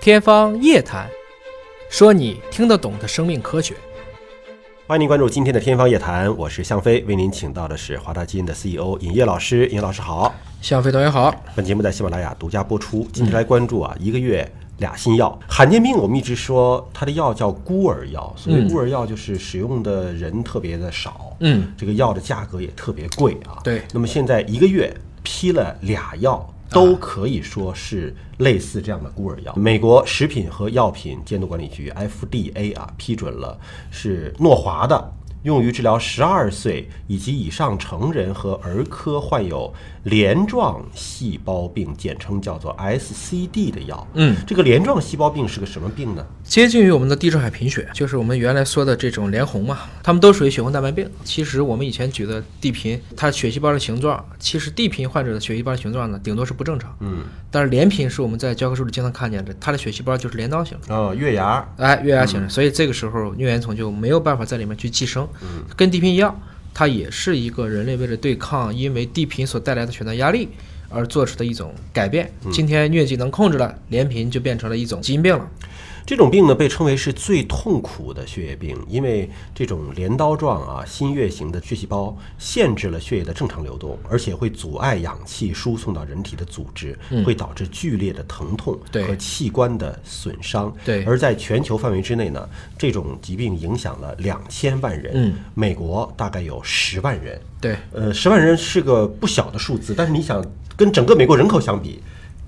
天方夜谭，说你听得懂的生命科学。欢迎您关注今天的《天方夜谭》，我是向飞，为您请到的是华大基因的 CEO 尹烨老师。尹老师好，向飞同学好，本节目在喜马拉雅独家播出。今天来关注啊，一个月俩新药，罕见病我们一直说它的药叫孤儿药，所谓孤儿药就是使用的人特别的少，嗯，这个药的价格也特别贵啊。对那么现在一个月批了俩药。啊都可以说是类似这样的孤儿药。美国食品和药品监督管理局 （FDA） 啊，批准了是诺华的，用于治疗十二岁以及以上成人和儿科患有镰状细胞病，简称叫做 SCD 的药。嗯，这个镰状细胞病是个什么病呢？接近于我们的地中海贫血，就是我们原来说的这种连红嘛，它们都属于血红蛋白病。其实我们以前举的地贫，它血细胞的形状，其实地贫患者的血细胞的形状呢，顶多是不正常。嗯，但是连贫是我们在教科书里经常看见的，它的血细胞就是镰刀形的。呃，月牙。哎，月牙形的，所以这个时候疟原虫就没有办法在里面去寄生，跟地贫一样，它也是一个人类为了对抗因为地贫所带来的选择压力而做出的一种改变。今天疟疾能控制了，连贫就变成了一种基因病了。这种病呢，被称为是最痛苦的血液病，因为这种镰刀状啊新月形的血细胞限制了血液的正常流动，而且会阻碍氧气输送到人体的组织，会导致剧烈的疼痛嗯对和器官的损伤。对而在全球范围之内呢，这种疾病影响了两千万人，嗯美国大概有十万人。对，呃，十万人是个不小的数字，但是你想跟整个美国人口相比，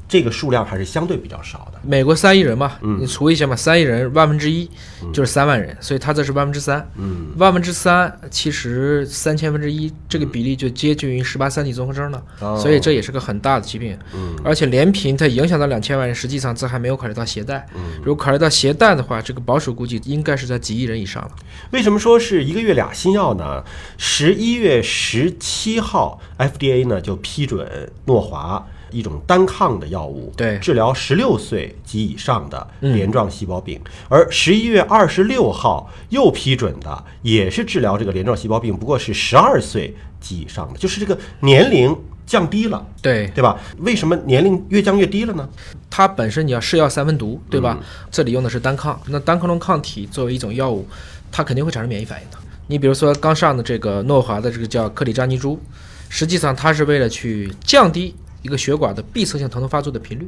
这个数量还是相对比较少的。美国三亿人嘛，你除一下嘛，三亿人万分之一就是三万人，所以它这是万分之三。嗯，万分之三其实三千分之一这个比例就接近于十八三体综合征了，哦所以这也是个很大的疾病。嗯，而且连贫它影响到两千万人，实际上这还没有考虑到携带。如果考虑到携带的话，这个保守估计应该是在几亿人以上了。为什么说是一个月俩新药呢？十一月十七号，FDA 呢就批准诺华一种单抗的药物，对治疗十六岁及以上的镰状细胞病。而十一月二十六号又批准的也是治疗这个镰状细胞病，不过是十二岁及以上的，就是这个年龄降低了，对，对吧？为什么年龄越降越低了呢？它本身你要是药三分毒，对吧？这里用的是单抗，那单克隆抗体作为一种药物，它肯定会产生免疫反应的。你比如说刚上的这个诺华的这个叫克里扎尼珠，实际上它是为了去降低一个血管的闭塞性疼痛发作的频率，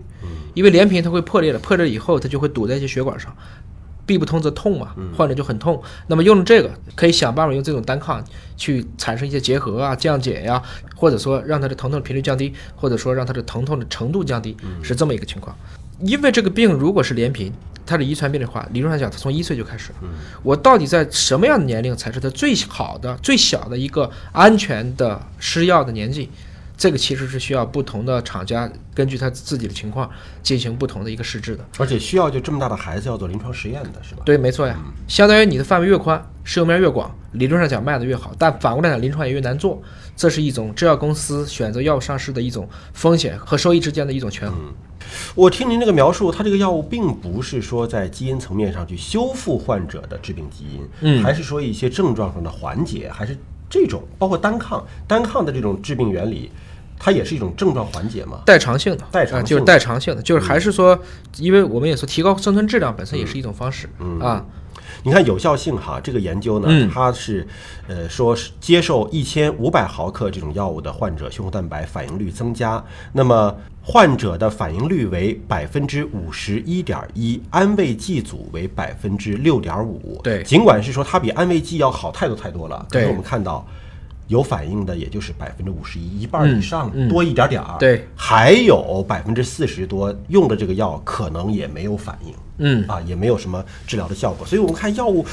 因为连频它会破裂了，破裂以后它就会堵在一些血管上，闭不通则痛嘛，患者就很痛。那么用了这个，可以想办法用这种单抗去产生一些结合啊、降解呀、或者说让它的疼痛的频率降低，或者说让它的疼痛的程度降低，是这么一个情况。因为这个病如果是连贫，它是遗传病的话，理论上讲，它从一岁就开始。我到底在什么样的年龄才是它最好的、最小的一个安全的施药的年纪？这个其实是需要不同的厂家根据他自己的情况进行不同的一个试制的。而且需要就这么大的孩子要做临床实验的是吧？对，没错嗯呀，相当于你的范围越宽，适用面越广，理论上讲卖的越好，但反过来讲，临床也越难做。这是一种制药公司选择药物上市的一种风险和收益之间的一种权衡。嗯我听您这个描述，它这个药物并不是说在基因层面上去修复患者的致病基因，嗯还是说一些症状上的缓解，还是这种包括单抗单抗的这种致病原理，它也是一种症状缓解嘛？代偿性的，代偿啊性的嗯就是代偿性的，就是还是说，因为我们也说提高生存质量本身也是一种方式、嗯啊，你看有效性哈，这个研究呢，嗯它是呃说是接受一千五百毫克这种药物的患者，血红蛋白反应率增加，那么患者的反应率为百分之五十一点一，安慰剂组为百分之六点五。对尽管是说它比安慰剂要好太多太多了，可是对我们看到。有反应的也就是百分之五十一，一半以上、嗯多一点点儿。对，啊还有百分之四十多用的这个药可能也没有反应。嗯，啊，也没有什么治疗的效果。所以我们看药物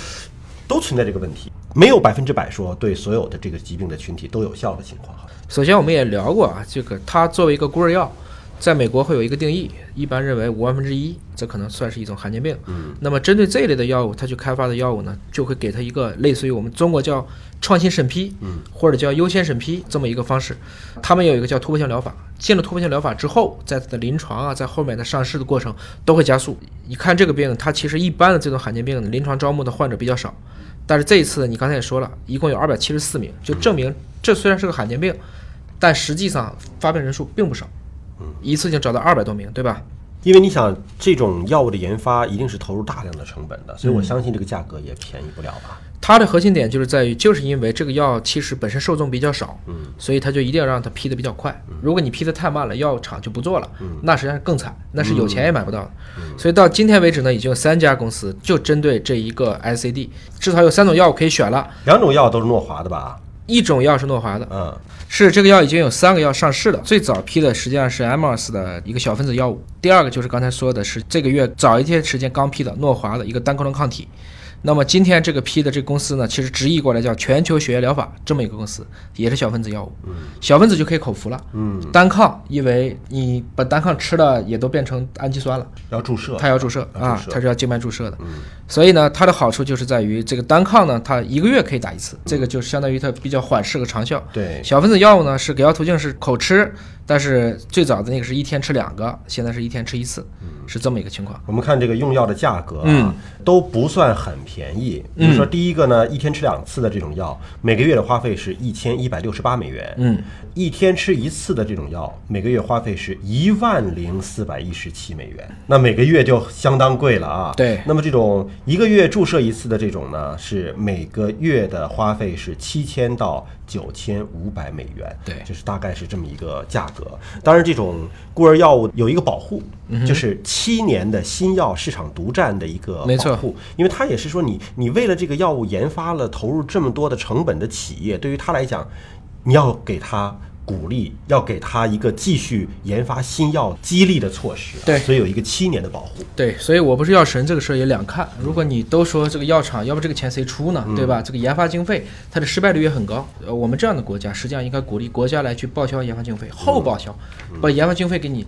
都存在这个问题，没有百分之百说对所有的这个疾病的群体都有效的情况哈。首先我们也聊过啊，这个它作为一个孤儿药，在美国会有一个定义，一般认为五万分之一，这可能算是一种罕见病。嗯，那么针对这一类的药物，它去开发的药物呢，就会给它一个类似于我们中国叫创新审批，嗯，或者叫优先审批这么一个方式。他们有一个叫突破性疗法，进了突破性疗法之后，在它的临床啊，在后面的上市的过程都会加速。你看这个病，它其实一般的这种罕见病的临床招募的患者比较少。但是这一次，你刚才也说了，一共有二百七十四名，就证明这虽然是个罕见病，但实际上发病人数并不少，一次性找到二百多名，对吧？因为你想，这种药物的研发一定是投入大量的成本的，所嗯以我相信这个价格也便宜不了吧。它的核心点就是在于，就是因为这个药其实本身受众比较少，嗯，所以它就一定要让它批的比较快。如果你批的太慢了，药厂就不做了，那实际上更惨，那是有钱也买不到的。所以到今天为止呢，已经有三家公司就针对这一个 SCD，至少有三种药物可以选了。两种药都是诺华的吧？一种药是诺华的，嗯，是这个药已经有三个药上市了。最早批的实际上是 Amos 的一个小分子药物，第二个就是刚才说的是这个月早一些时间刚批的诺华的一个单克隆抗体。那么今天这个批的这个公司呢，其实直译过来叫全球血液疗法这么一个公司，也是小分子药物，嗯小分子就可以口服了，嗯，单抗，因为你把单抗吃了也都变成氨基酸了。要注射。它要注射要啊注，射嗯它是要静脉注射的。所以呢，它的好处就是在于这个单抗呢，它一个月可以打一次，这个就相当于它比较缓释和长效。对小分子药物呢是给药途径是口吃，但是最早的那个是一天吃两个，现在是一天吃一次，是这么一个情况。我们看这个用药的价格、啊，嗯，都不算很便宜。比如说第一个呢，一天吃两次的这种药，每个月的花费是一千一百六十八美元。嗯，一天吃一次的这种药，每个月花费是一万零四百一十七美元，那每个月就相当贵了啊。对那么这种一个月注射一次的这种呢，是每个月的花费是七千到九千五百美元。对就是大概是这么一个价格。当然，这种孤儿药物有一个保护，嗯就是七年的新药市场独占的一个没错保护，因为它也是说你你为了这个药物研发了投入这么多的成本的企业，对于它来讲，你要给它。鼓励要给它一个继续研发新药激励的措施、啊对所以有一个七年的保护。对，所以我不是药神这个事儿也两看。如果你都说这个药厂，要不这个钱谁出呢？对吧？这个研发经费，它的失败率也很高。呃，我们这样的国家，实际上应该鼓励国家来去报销研发经费，后报销，把研发经费给你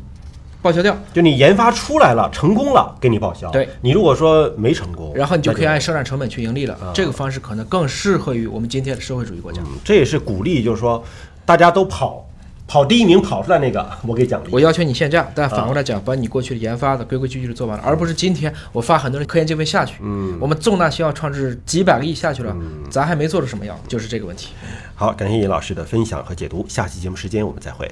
报销掉。就你研发出来了，成功了，给你报销。对你如果说没成功，然后你就可以那按生产成本去盈利了。这个方式可能更适合于我们今天的社会主义国家。嗯，这也是鼓励，就是说大家都跑，跑第一名跑出来那个，我给奖励。我要求你限价，但反过来讲，把你过去的研发的规规矩矩的做完了，嗯而不是今天我发很多的科研经费下去。嗯，我们重大新药创制几百个亿下去了，嗯咱还没做出什么药，就是这个问题。好，感谢尹老师的分享和解读，下期节目时间我们再会。